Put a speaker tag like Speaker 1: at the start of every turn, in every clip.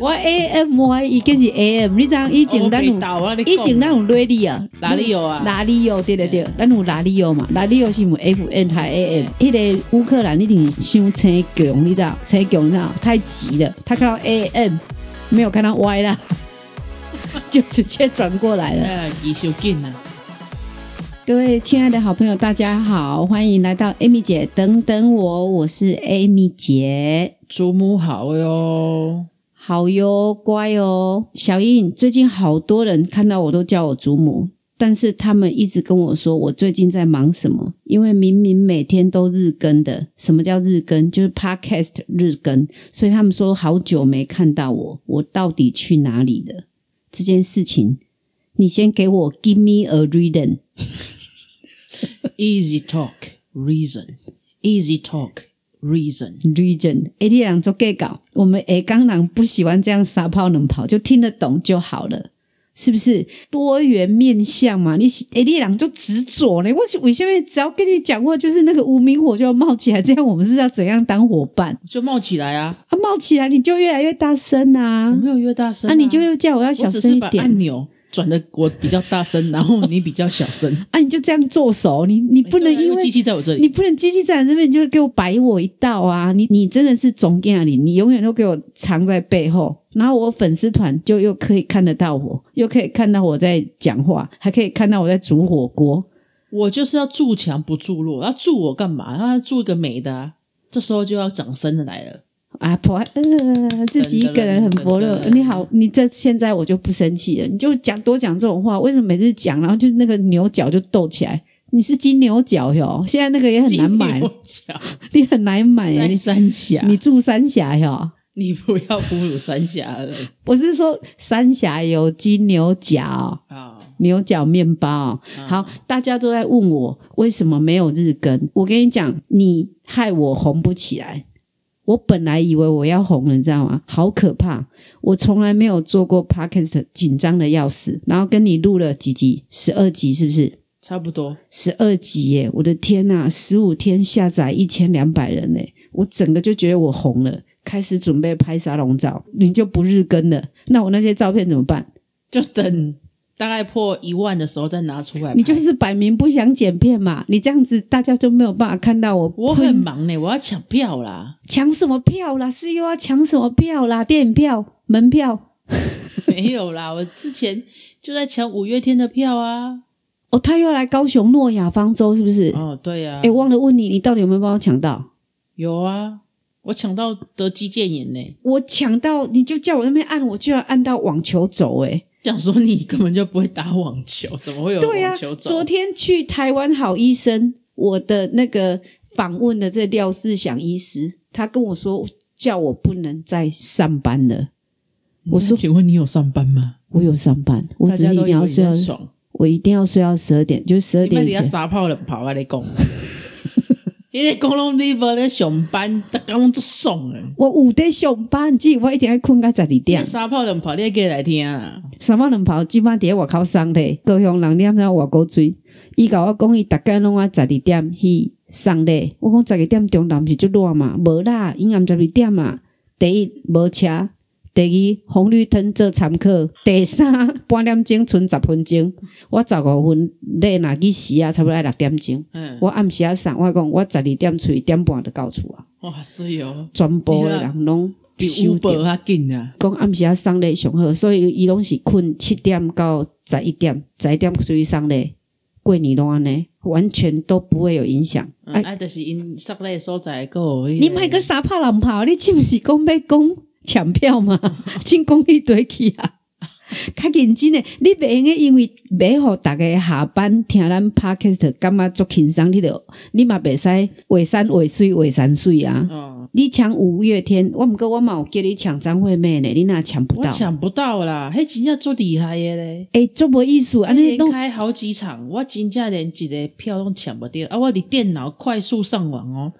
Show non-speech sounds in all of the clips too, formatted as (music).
Speaker 1: 我 AM 我已经是 AM，你知影以前咱有
Speaker 2: 我袂斗啊你讲
Speaker 1: 以前咱有拉力啊，
Speaker 2: 哪里有啊
Speaker 1: 拉力有对对对，咱有拉力有嘛，拉力有是毋 FN 还 AM，迄个乌克兰一定是伤青强，你知道？青强你知道？太急了，他看到 AM 没有看到 Y 啦， (laughs) 就直接转过来了。
Speaker 2: 呃，技术紧啊，
Speaker 1: 各位亲爱的好朋友，大家好，欢迎来到 Amy 姐，等等我，我是 Amy 姐。
Speaker 2: 祖母好哟，
Speaker 1: 好哟，乖哟，小英。最近好多人看到我都叫我祖母，但是他们一直跟我说我最近在忙什么，因为明明每天都日更的。什么叫日更？就是 podcast 日更，所以他们说好久没看到我，我到底去哪里了？这件事情，你先给我 give me a reason。
Speaker 2: (laughs) Easy talk, reason. Easy talk, reason.
Speaker 1: region。A D 人做 gay 搞，我们 A 港人不喜欢这样撒泡能跑，就听得懂就好了，是不是？多元面向嘛，你 A D 人就执着呢。我是我现在只要跟你讲话，就是那个无名火就要冒起来，这样我们是要怎样当伙伴？
Speaker 2: 就冒起来啊！
Speaker 1: 啊，冒起来你就越来越大声
Speaker 2: 我
Speaker 1: 啊！
Speaker 2: 没有越大声、
Speaker 1: 啊，你就又叫我要小
Speaker 2: 嗯我只是
Speaker 1: 声一
Speaker 2: 把
Speaker 1: 点
Speaker 2: 按钮转的我比较大声，然后你比较小声，
Speaker 1: 啊，你就这样做手，你你 (laughs) 不能
Speaker 2: 对啊
Speaker 1: 因为
Speaker 2: 机器在我这里，
Speaker 1: 你不能机器站在这边，你就给我摆我一道啊！你你真的是总经理，你永远都给我藏在背后。然后我粉丝团就又可以看得到我，又可以看到我在讲话，还可以看到我在煮火锅。
Speaker 2: 我就是要筑墙不筑路，要筑我干嘛？他筑一个美的、啊，这时候就要掌声的来了。
Speaker 1: 啊，婆，呃，自己一个人很薄弱
Speaker 2: 真的。真的
Speaker 1: 你好，你这现在我就不生气了，你就讲多讲这种话，为什么每次讲，然后就那个牛角就斗起来？你是金牛角哟，现在那个也很难买
Speaker 2: 金，牛角
Speaker 1: 你很难买耶、
Speaker 2: 在三峡，
Speaker 1: 你
Speaker 2: 你
Speaker 1: 住三峡哟。
Speaker 2: 你不要侮辱三峡了
Speaker 1: 我是说三峡有金牛角、
Speaker 2: 啊！
Speaker 1: 牛角面包。好，大家都在问我为什么没有日更。我跟你讲，你害我红不起来。我本来以为我要红了，你知道吗？好可怕！我从来没有做过 podcast，紧张的要死。然后跟你录了几集，十二集是不是？
Speaker 2: 差不多，
Speaker 1: 十二集耶！我的天呐、1十五天下载一千两百人呢，我整个就觉得我红了，开始准备拍沙龙照，你就不日更了，那我那些照片怎么办？
Speaker 2: 就等大概破一万的时候再拿出来拍。
Speaker 1: 你就是摆明不想剪片嘛，你这样子大家就没有办法看到我。
Speaker 2: 我
Speaker 1: 会
Speaker 2: 很忙呢、我要抢票啦。 (laughs)
Speaker 1: 抢什么票啦？是又要抢什么票啦？电影票、门票？
Speaker 2: 没有啦，我之前就在抢五月天的票啊。
Speaker 1: 哦，他又要来高雄诺亚方舟是不是？
Speaker 2: 哦，对呀、
Speaker 1: 哎、忘了问你，你到底有没有帮我抢到？
Speaker 2: 有啊，我抢到得肌腱炎呢、
Speaker 1: 我抢到，你就叫我那边按，我居然按到网球肘、欸，
Speaker 2: 讲说你根本就不会打网球，怎么会有
Speaker 1: 对呀、啊
Speaker 2: 网球肘？
Speaker 1: 昨天去台湾好医生，我的那个访问的这廖世祥医师，他跟我说叫我不能再上班了。我说
Speaker 2: 嗯那请问你有上班吗？
Speaker 1: 我有上班，我只是
Speaker 2: 大
Speaker 1: 一
Speaker 2: 家
Speaker 1: 定
Speaker 2: 都以为
Speaker 1: 要
Speaker 2: 你
Speaker 1: 睡到
Speaker 2: 在，爽，
Speaker 1: 我一定要睡到十二点，就是十二
Speaker 2: 你别
Speaker 1: 点
Speaker 2: 底下
Speaker 1: 前。
Speaker 2: 撒泡冷跑啊！你讲， (laughs) 你咧讲拢你无咧上班，逐工拢足爽啊诶。
Speaker 1: 我五点上班，即我一定要困到十二
Speaker 2: 你
Speaker 1: 点
Speaker 2: 的。撒泡冷跑，你计来听啊？
Speaker 1: 三万两跑，即晚伫咧外口送咧，高雄人念了外国水。伊甲我讲，伊逐概拢啊十二点去送咧。我讲十二点中南是足热嘛，无啦，因暗十二点嘛。第一无车，第二红绿灯做参考，第三半点钟剩十分钟，我十五分咧若去时啊，差不多要六点钟。
Speaker 2: 嗯，
Speaker 1: 我暗时啊送，我讲我十二点出去，点半就到厝啊，
Speaker 2: 哇，是哟，
Speaker 1: 全部的人拢
Speaker 2: 比
Speaker 1: 收
Speaker 2: u
Speaker 1: 到
Speaker 2: b 较紧啊！
Speaker 1: 讲暗时啊送咧上好，所以伊拢是困七点到十一点，十一点出去送咧。过年拢安尼，完全都不会有影响。
Speaker 2: 嗯
Speaker 1: 哎
Speaker 2: 啊，就是因上来的所在够。
Speaker 1: 你卖个傻拍烂跑，你是毋是讲要讲抢票 (laughs) 吗？真讲你对去啊！较认真诶，你袂用诶，因为袂互逐个下班听咱 podcast，感觉足轻松，你着你嘛袂使画山画水画山水啊！
Speaker 2: 哦，
Speaker 1: 你抢五月天，我毋过我嘛有叫你抢张惠妹呢，你若抢不
Speaker 2: 我
Speaker 1: 到。
Speaker 2: 抢不到啦，迄真正足厉害诶咧！哎
Speaker 1: 诶，足无意思，安尼
Speaker 2: 连
Speaker 1: 拢
Speaker 2: 开好几场，我真正连一个票拢抢不到啊！我伫电脑快速上网哦，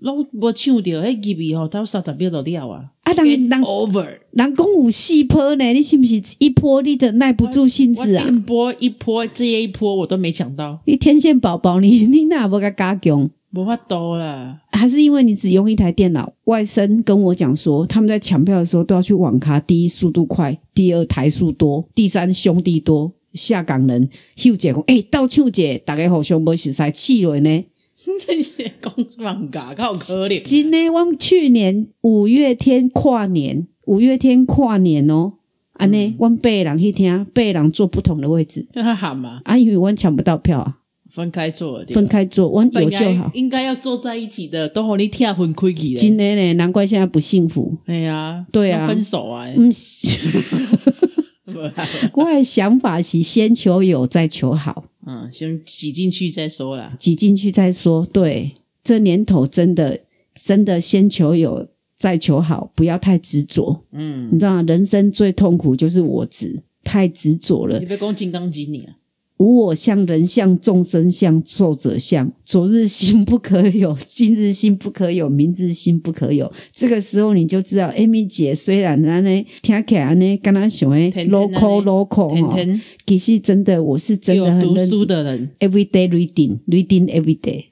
Speaker 2: 拢无抢到，迄入面吼，到三十秒就了啊！
Speaker 1: 啊，人
Speaker 2: Get
Speaker 1: 人
Speaker 2: over，
Speaker 1: 人讲有四波呢，你是不是一波你的耐不住性
Speaker 2: 我
Speaker 1: 子啊？
Speaker 2: 电波一波，这一波我都没抢到，
Speaker 1: (laughs) 你天线宝宝，你你哪无个加强？
Speaker 2: 无法度啦。 (laughs)
Speaker 1: 还是因为你只用一台电脑？外甥跟我讲说，他们在抢票的时候都要去网咖，第一速度快，第二台数多，第三兄弟多。下港人秀姐讲，哎、欸，到秀姐大家互相无熟悉，气了呢。
Speaker 2: 这些讲放假较有可
Speaker 1: (laughs)
Speaker 2: (laughs) 能。
Speaker 1: 今天我们去年五月天跨年，五月天跨年哦，安尼、
Speaker 2: 嗯
Speaker 1: 我们八个人去听，八个人坐不同的位置，
Speaker 2: 那他喊嘛，
Speaker 1: 啊，因为我们抢不到票啊，
Speaker 2: 分开做的。
Speaker 1: 分开坐，我们有
Speaker 2: 啊本
Speaker 1: 就
Speaker 2: 来
Speaker 1: 好。
Speaker 2: 应该要坐在一起的，都和你拆分开去的。
Speaker 1: 今天呢，难怪现在不幸福。
Speaker 2: 哎呀，
Speaker 1: 对啊
Speaker 2: 要分手啊！
Speaker 1: 嗯， (laughs) 是
Speaker 2: 不然
Speaker 1: 我的想法是先求有，再求好。
Speaker 2: 嗯，先挤进去再说啦。
Speaker 1: 挤进去再说。对，这年头真的真的先求有，再求好，不要太执着。
Speaker 2: 嗯，
Speaker 1: 你知道吗？人生最痛苦就是我执，太执着了
Speaker 2: 你。别讲金刚经你啊，
Speaker 1: 无我相，人相，众生相，寿者相。昨日心不可有，今日心不可有，明日心不可有。这个时候你就知道，Amy 姐虽然呢听起来呢，刚刚想诶
Speaker 2: 天天安尼
Speaker 1: ，local local
Speaker 2: 天
Speaker 1: 哈，
Speaker 2: 天
Speaker 1: 其实真的我是哦真的
Speaker 2: 有
Speaker 1: 很
Speaker 2: 读
Speaker 1: 认真
Speaker 2: 书的人，
Speaker 1: ，every day reading reading every day。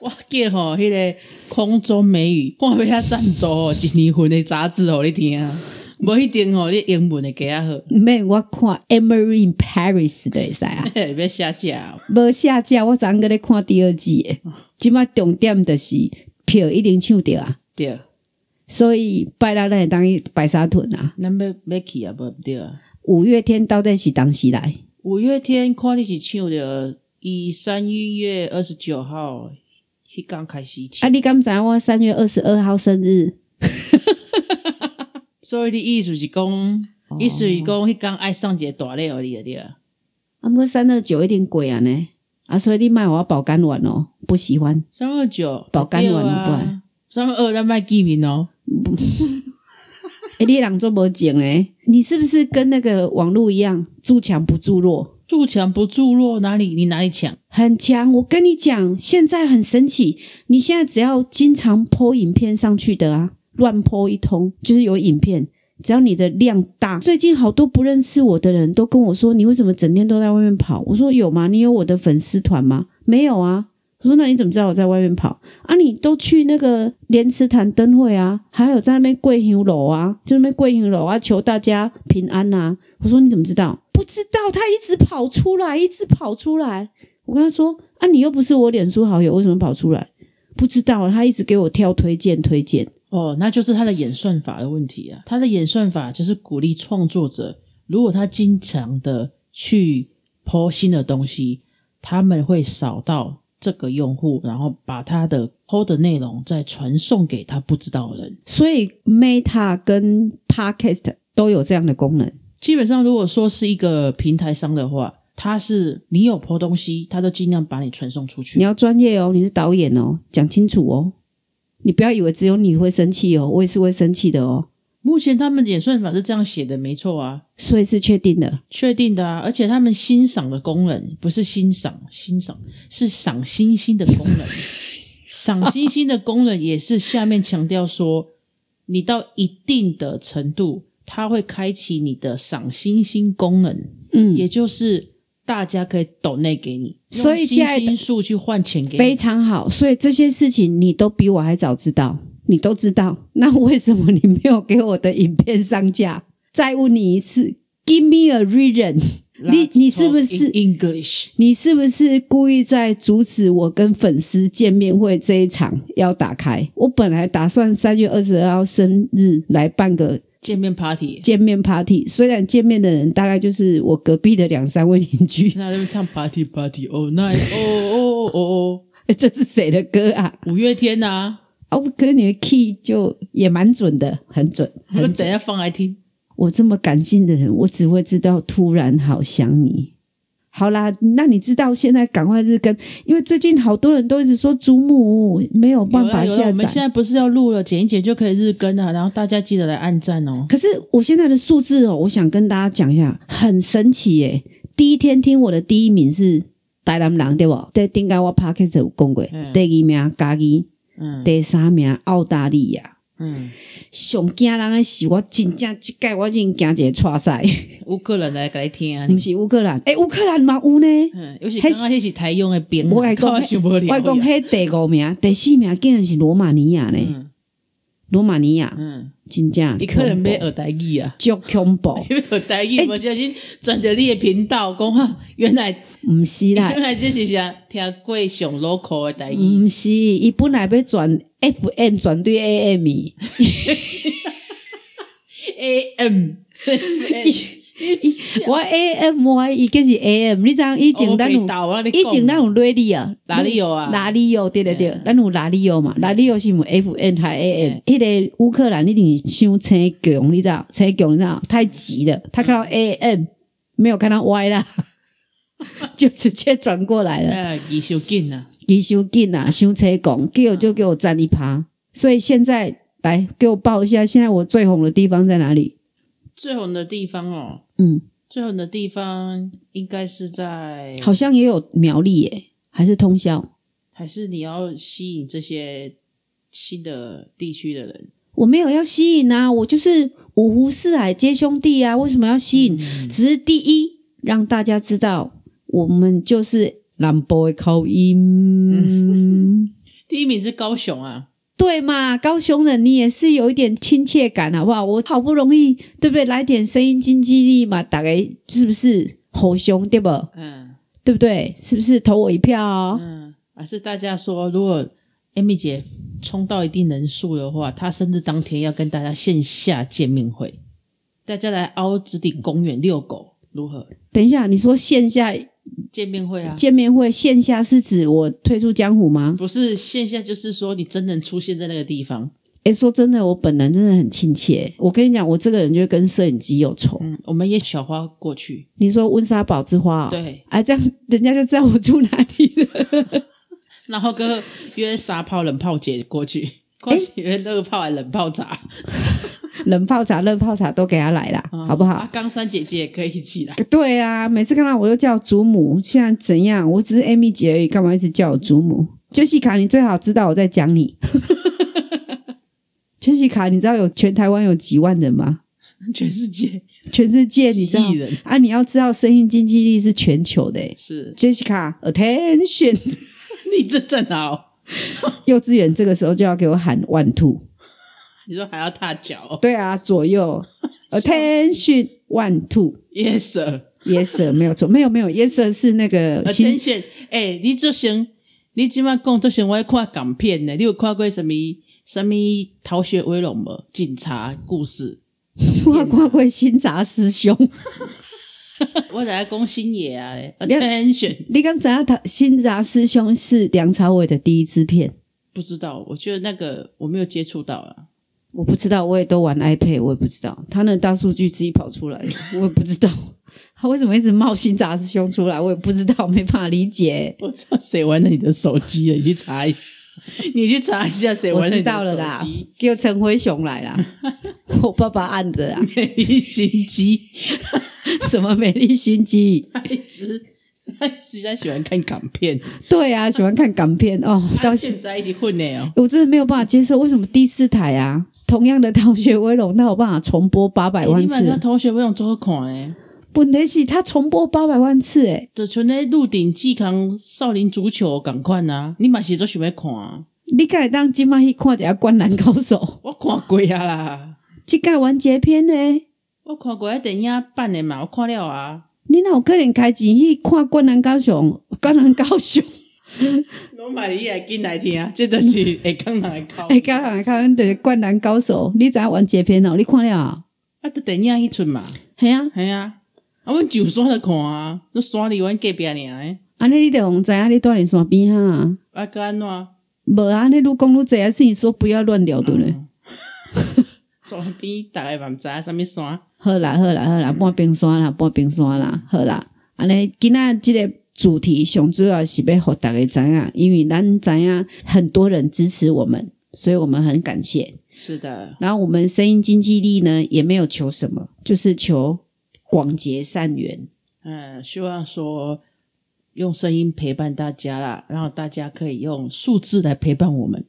Speaker 2: 我记吼，迄个空中美语，我要遐赞助吼， (laughs) 一年份的杂志互你听啊。无一定吼，你英文会加较好，，
Speaker 1: 妹，我看 Emily in Paris 的会使啊
Speaker 2: (laughs) 要下架哦。
Speaker 1: 无下架，我昨昏个咧看第二季的，即摆重点就是票一定抢着啊，
Speaker 2: 对，
Speaker 1: 所以拜六咱会当去白沙屯啊，
Speaker 2: 咱要要去啊，无对啊。
Speaker 1: 五月天到底是当时来？
Speaker 2: 五月天看你是唱着，以三月二十九号迄刚开始
Speaker 1: 啊，
Speaker 2: 唱，
Speaker 1: 你敢知影我三月二十二号生日？
Speaker 2: 所以你意思是讲，
Speaker 1: 哦
Speaker 2: 意思是讲迄刚爱上一个大礼互你的对啊。
Speaker 1: 啊，毋过三二九一定贵啊呢，啊，所以你卖我保肝丸哦，不喜欢。
Speaker 2: 三二九
Speaker 1: 保肝丸
Speaker 2: 啊，
Speaker 1: 不然
Speaker 2: 三二咱卖记名哦，
Speaker 1: 诶、你人做无情诶，你是不是跟那个网络一样，住强不住弱？
Speaker 2: 住强不住弱，哪里你哪里强？
Speaker 1: 很强，我跟你讲，现在很神奇。你现在只要经常 po 影片上去的啊，乱 po 一通，就是有影片。只要你的量大，最近好多不认识我的人都跟我说：“你为什么整天都在外面跑？”我说：“有吗？你有我的粉丝团吗？”没有啊。我说：“那你怎么知道我在外面跑啊？你都去那个莲池潭灯会啊，还有在那边跪香楼啊，就那边跪香楼啊，求大家平安啊。”我说：“你怎么知道？”不知道，他一直跑出来，一直跑出来。我跟他说：“啊，你又不是我脸书好友，为什么跑出来？”不知道，啊他一直给我挑推荐推荐。
Speaker 2: 哦，那就是他的演算法的问题啊。他的演算法就是鼓励创作者，如果他经常的去剖新的东西，他们会扫到这个用户，然后把他的剖的内容再传送给他不知道的人。
Speaker 1: 所以 Meta 跟 Podcast 都有这样的功能。
Speaker 2: 基本上，如果说是一个平台商的话，他是你有剖东西，他都尽量把你传送出去
Speaker 1: 你。要专业哦，你是导演哦，讲清楚哦。你不要以为只有你会生气哦，我也是会生气的哦。
Speaker 2: 目前他们演算法是这样写的，没错啊，
Speaker 1: 所以是确定的，
Speaker 2: 确定的啊。而且他们欣赏的功能不是欣赏，欣赏是赏星星的
Speaker 1: (laughs)
Speaker 2: 功能。赏星星的功能也是下面强调说，你到一定的程度，它会开启你的赏星星功能，
Speaker 1: 嗯，
Speaker 2: 也就是大家可以抖内给你，用
Speaker 1: 所以
Speaker 2: 星
Speaker 1: 现在
Speaker 2: 星数去换钱给
Speaker 1: 非
Speaker 2: 你。
Speaker 1: 常好。所以这些事情你都比我还早知道，你都知道，那为什么你没有给我的影片上架？再问你一次，Give me a reason。你你是不是
Speaker 2: in English？
Speaker 1: 你是不是故意在阻止我跟粉丝见面会这一场要打开？我本来打算三月二十二号生日来办个
Speaker 2: 见面 party，
Speaker 1: 见面 party，虽然见面的人大概就是我隔壁的两三位邻居。 (laughs)
Speaker 2: 那他们唱 Oh, party party all night，哦哦哦哦哦，
Speaker 1: 诶哎这是谁的歌啊？
Speaker 2: 五月天呐、啊。
Speaker 1: 哦，可是你的 key 就也蛮准的，很准。
Speaker 2: 我等一下放来听。
Speaker 1: 我这么感性的人，我只会知道突然好想你。好啦，那你知道现在赶快日更，因为最近好多人都一直说祖母没有办法
Speaker 2: 有啊啦有啦
Speaker 1: 下
Speaker 2: 我们
Speaker 1: 载
Speaker 2: 现。在不是要录了，剪一剪就可以日更啊了，然后大家记得来按赞哦。
Speaker 1: 可是我现在的数字哦，我想跟大家讲一下，很神奇耶！第一天听我的第一名是台南人，对不？对，顶该我 podcast 有讲过，
Speaker 2: 嗯
Speaker 1: 第二名嘉义，
Speaker 2: 嗯，
Speaker 1: 第三名澳大利亚，
Speaker 2: 嗯，
Speaker 1: 上惊人的是，我真正即届我已经惊一个错赛，
Speaker 2: 乌克兰来给你听啊，
Speaker 1: 毋是乌克兰，诶、乌克兰嘛有呢。
Speaker 2: 嗯，尤其刚刚迄是台用的啊兵，
Speaker 1: 我来讲
Speaker 2: 我想无了
Speaker 1: 我讲
Speaker 2: 解，
Speaker 1: 迄第五名、第四名竟然是罗马尼亚呢，
Speaker 2: 啊嗯
Speaker 1: 罗马尼亚
Speaker 2: 嗯，
Speaker 1: 真正
Speaker 2: 你可
Speaker 1: 恐
Speaker 2: 能
Speaker 1: 怖
Speaker 2: 要学台语啊。
Speaker 1: 足恐怖，
Speaker 2: 因为有台
Speaker 1: 哎
Speaker 2: 语，我小心转着你的频道，讲哈，原来
Speaker 1: 毋是啦
Speaker 2: 原，来这是啥听过上 local 的台语，
Speaker 1: 毋是，伊本来要转 FM 转对 AM，伊
Speaker 2: (laughs) AM， (laughs)
Speaker 1: 我 AM 我伊计是 AM，你知影以前咱有
Speaker 2: 到啊，你
Speaker 1: 以前咱有瑞丽啊，
Speaker 2: 哪里有啊？
Speaker 1: 拉里有对对对
Speaker 2: 嗯，
Speaker 1: 咱有拉里有嘛，拉里有是有 FN 还 AM，迄个乌克兰一定是伤车强，你知道？车强你知道？太急
Speaker 2: 嗯
Speaker 1: 了，他看到 AM 没有看到 Y 啦， (laughs) 就直接转过来了，
Speaker 2: 呃，技术紧啊，
Speaker 1: 伊伤紧啊，伤车强，给我就给我占一趴，所以现在来给我报一下，现在我最红的地方在哪里？
Speaker 2: 最红的地方哦，
Speaker 1: 嗯，
Speaker 2: 最红的地方应该是在，
Speaker 1: 好像也有苗栗耶、还是通宵。
Speaker 2: 还是你要吸引这些新的地区的人，
Speaker 1: 我没有要吸引啊，我就是五湖四海皆兄弟啊，为什么要吸引？只是第一，让大家知道我们就是南部的口音，
Speaker 2: 第一名是高雄啊，
Speaker 1: 对嘛？高雄人你也是有一点亲切感好不好？我好不容易对不对，来点声音经济力嘛，大概是不是吼熊对不？
Speaker 2: 嗯
Speaker 1: 对不对？是不是投我一票哦？
Speaker 2: 嗯，还是大家说，如果 Amy 姐冲到一定人数的话，她甚至当天要跟大家线下见面会，大家来凹指顶公园遛狗，如何？
Speaker 1: 等一下，你说线下
Speaker 2: 见面会啊，
Speaker 1: 见面会，线下是指我退出江湖吗？
Speaker 2: 不是线下，就是说你真人出现在那个地方。
Speaker 1: 诶，说真的，我本人真的很亲切。我跟你讲，我这个人就跟摄影机有仇。
Speaker 2: 嗯，我们也小花过去，
Speaker 1: 你说温莎宝之花、哦，，
Speaker 2: 对，
Speaker 1: 啊，这样人家就知道我住哪里了。
Speaker 2: 然后跟约傻泡冷泡姐过去，或许约热泡还冷泡茶，
Speaker 1: 冷泡茶、热泡茶都给他来啦，
Speaker 2: 嗯
Speaker 1: 好不好
Speaker 2: 啊，？冈山姐姐也可以一起来，
Speaker 1: 对啊，每次看到我都叫祖母，现在怎样？我只是 Amy 姐而已，干嘛一直叫我祖母？杰西卡，你最好知道我在讲你。 (laughs) 杰西卡，你知道有全台湾有几万人吗？
Speaker 2: 全世界
Speaker 1: 全世界 (laughs) 你知道
Speaker 2: 几亿人
Speaker 1: 啊？你要知道，声音经济力是全球的欸。
Speaker 2: 是
Speaker 1: Jessica，attention！
Speaker 2: 你这正好，
Speaker 1: 幼稚园这个时候就要给我喊 one two，
Speaker 2: 你说还要踏脚哦
Speaker 1: 对啊，左右 attention one two，yes
Speaker 2: ，yes sir。
Speaker 1: (laughs) sir，没有错，没有没有，yes sir 是那个新
Speaker 2: attention，哎、欸，你做成，你即摆讲做成，我在看港片呢。你有看过什么什么《逃学威龙》无？警察故事， (laughs)
Speaker 1: 哇挂贵新杂师兄，
Speaker 2: 我在讲星爷啊咧
Speaker 1: 你要
Speaker 2: ，attention，
Speaker 1: 你刚才他新杂师兄是梁朝伟的第一支片，
Speaker 2: 不知道，我觉得那个我没有接触到啊。
Speaker 1: 我不知道，我也都玩 iPad，我也不知道他那大数据自己跑出 (laughs) 来的，我也不知道。他为什么一直冒新杂师兄出来？我也不知道，没办法理解。
Speaker 2: 我知道谁玩了你的手机了，你去查一下，你去查一下谁
Speaker 1: 我
Speaker 2: 玩了
Speaker 1: 知
Speaker 2: 你
Speaker 1: 道了
Speaker 2: 的 (laughs)
Speaker 1: 啦
Speaker 2: 手机。，
Speaker 1: 给我陈辉雄来 (laughs) 啦，我爸爸按的啊。
Speaker 2: 黑心机，
Speaker 1: (laughs) 什么美丽心机？
Speaker 2: 他一直他一直在喜欢看港片，
Speaker 1: 对啊，喜欢看港片哦。到
Speaker 2: 到
Speaker 1: 现
Speaker 2: 现在一起混呢哦。
Speaker 1: 我真的没有办法接受，为什么第四台啊，同样的《逃学威龙》，它有办法重播八百
Speaker 2: 欸
Speaker 1: 万
Speaker 2: 你
Speaker 1: 次
Speaker 2: 晚？上同学不用做看诶。
Speaker 1: 本来是它重播八百万次，欸诶，
Speaker 2: 就像咧《鹿鼎记》跟《少林足球》共款啊，你嘛是做想要看啊？
Speaker 1: 你敢会当今麦去看一下《灌篮高手》
Speaker 2: 我看过啊啦，
Speaker 1: 这个完结篇呢？
Speaker 2: 我看过迄啊电影版的嘛，我看了啊，
Speaker 1: 你哪有可能开钱去看《灌篮高手》？《灌篮高手》
Speaker 2: 拢嘛你也进来听，这就是 (laughs) 会讲人来哭。
Speaker 1: 哎，刚刚看对《灌篮高手》，你知影完结篇哦？你看了啊？
Speaker 2: 啊，伫电影迄出嘛，
Speaker 1: 系啊，
Speaker 2: 系啊，啊，阮就山咧看啊，那山里阮隔壁尔诶，
Speaker 1: 安尼你得红知影你住伫山边哈。
Speaker 2: 啊，个安怎？
Speaker 1: 无啊，你愈讲愈侪啊，是你说不要乱聊对不对？
Speaker 2: 嗯山边大概嘛毋知影啥物山，
Speaker 1: 好啦好啦好啦，半冰山啦，半冰山啦，好啦。安尼今仔即个主题上主要是要互大家知影，因为咱知影很多人支持我们，所以我们很感谢。
Speaker 2: 是的，
Speaker 1: 然后我们声音经济力呢，也没有求什么，就是求广结善缘。 (laughs)
Speaker 2: 嗯，希望说用声音陪伴大家啦，然后大家可以用数字来陪伴我们。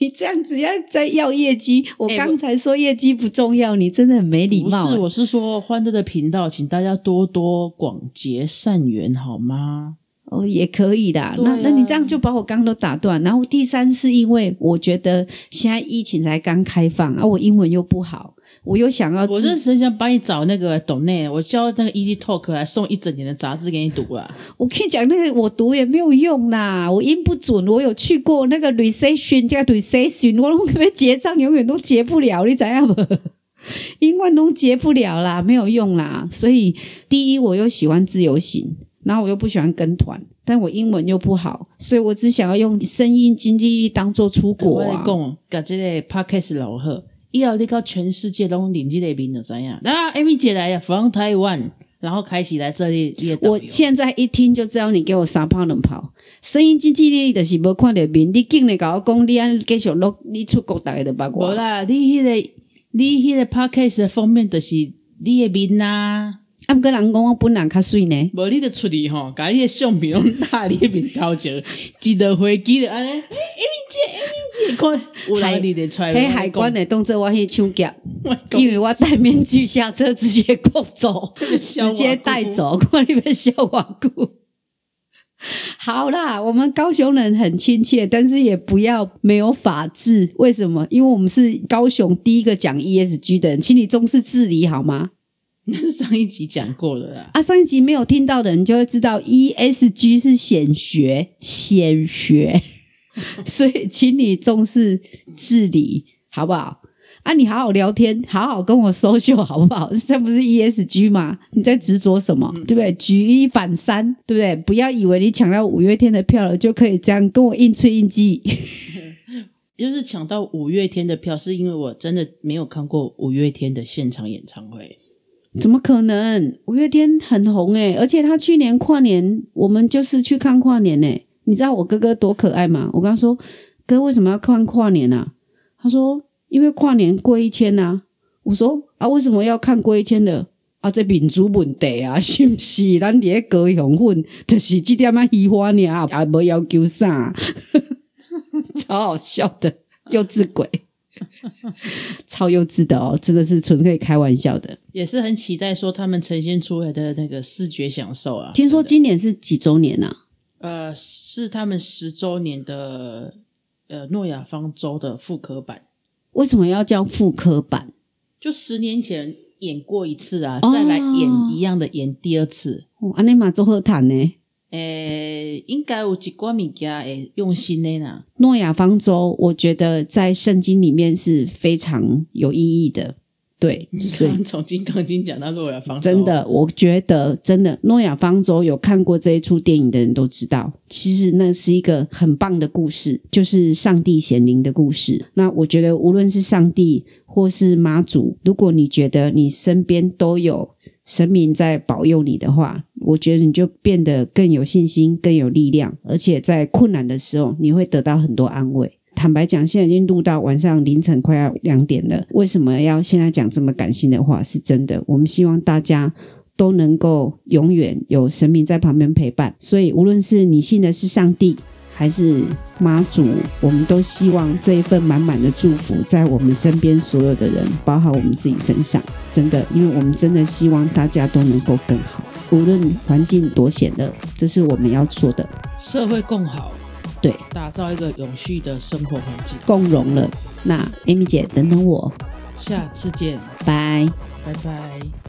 Speaker 1: 你这样子要再要业绩，我
Speaker 2: 哎
Speaker 1: 刚才说业绩不重要，你真的很没礼
Speaker 2: 不
Speaker 1: 貌、
Speaker 2: 是，我是说欢乐的频道，请大家多多广结善缘，好吗？
Speaker 1: 哦，也可以啦。
Speaker 2: 对
Speaker 1: 那
Speaker 2: 啊
Speaker 1: 那你这样就把我刚刚都打断。然后第三是因为我觉得现在疫情才刚开放啊，我英文又不好，我又想要
Speaker 2: 我
Speaker 1: 自
Speaker 2: 真的很想帮你找那个懂内，我叫那个 Easy Talk 来送一整年的杂志给你读啊。
Speaker 1: 我跟你讲，那个我读也没有用啦，我音不准。我有去过那个 recession 加 recession，我那边结账永远都结不了，你怎样 (laughs) 不？英文都结不了啦，没有用啦。所以第一，我又喜欢自由行，然后我又不喜欢跟团，但我英文又不好，所以我只想要用声音经济当做出国
Speaker 2: 我
Speaker 1: 啊。
Speaker 2: 讲，甲这个 podcast 老贺，以后你到全世界拢领这个名就知影。那 Amy 姐来呀，from Taiwan，然后开始来这里列导
Speaker 1: 我
Speaker 2: 游。
Speaker 1: 现在一听就知道你给我三炮两炮，声音经济力就是无看到面，你竟然甲我讲你安继续录，你出国大概就八
Speaker 2: 无
Speaker 1: 卦。
Speaker 2: 啦，你迄、个你迄个 podcast 的封面就是你的面呐、啊，
Speaker 1: 啊，毋过人讲我本人较水呢，
Speaker 2: 无你就出去吼，把你的相片拢搭你的面头前，一落飞机就安尼。Amy 姐，Amy 姐，看有人你得出来，
Speaker 1: 迄海关的动作我去抢劫，
Speaker 2: 我哎讲，
Speaker 1: 因为我戴面具下车直接 (laughs) 过走，直接带走，看你们笑顽固。好啦，我们高雄人很亲切，但是也不要没有法治。为什么？因为我们是高雄第一个讲 ESG 的人，请你重视治理好吗？
Speaker 2: (laughs) 那是上一集讲过的啦。
Speaker 1: 啊，上一集没有听到的人就会知道 ESG 是显学，显学， (laughs) 所以请你重视治理，好不好？啊，你好好聊天，好好跟我搜秀，好不好？ (laughs) 这不是 ESG 吗？你在执着什么？对不对？举一反三，对不对？不要以为你抢到五月天的票了就可以这样跟我硬吹硬记。
Speaker 2: 就是抢到五月天的票，是因为我真的没有看过五月天的现场演唱会。
Speaker 1: 怎么可能？五月天很红诶、而且他去年跨年，我们就是去看跨年诶、你知道我哥哥多可爱吗？我跟他说：“哥，为什么要看跨年啊？”他说：“因为跨年过一千啊。”我说：“啊，为什么要看过一千的？”啊，这民主问题啊， (laughs) 是不是？咱伫咧高雄混，就是这点啊喜欢你啊，也无要求啥， (laughs) 超好笑的，幼稚鬼，超幼稚的哦，真的是纯可以开玩笑的。
Speaker 2: 也是很期待说他们呈现出来的那个视觉享受啊。
Speaker 1: 听说今年是几周年啊？
Speaker 2: 呃，是他们十周年的呃诺亚方舟的复刻版，
Speaker 1: 为什么要叫复刻版？
Speaker 2: 就十年前演过一次啊，
Speaker 1: 哦
Speaker 2: 再来演一样的演第二次。
Speaker 1: 哦，安尼嘛做好谈呢。
Speaker 2: 诶、应该有一寡物件会用心的啦。
Speaker 1: 诺亚方舟，我觉得在圣经里面是非常有意义的。嗯对，所以
Speaker 2: 刚刚从《金刚经》讲到诺亚方舟，
Speaker 1: 真的，我觉得真的，诺亚方舟有看过这一出电影的人都知道，其实那是一个很棒的故事，就是上帝显灵的故事。那我觉得，无论是上帝或是妈祖，如果你觉得你身边都有神明在保佑你的话，我觉得你就变得更有信心、更有力量，而且在困难的时候，你会得到很多安慰。坦白讲，现在已经录到晚上凌晨快要两点了，为什么要现在讲这么感性的话？是真的，我们希望大家。都能够永远有神明在旁边陪伴，所以无论是你信的是上帝还是妈祖，我们都希望这一份满满的祝福在我们身边所有的人，包含我们自己身上。真的，因为我们真的希望大家都能够更好，无论环境多险恶，这是我们要做的。
Speaker 2: 社会更好，
Speaker 1: 对，
Speaker 2: 打造一个永续的生活环境。
Speaker 1: 共荣了。那 Amy 姐，等等我，
Speaker 2: 下次见，
Speaker 1: 拜。
Speaker 2: 拜拜。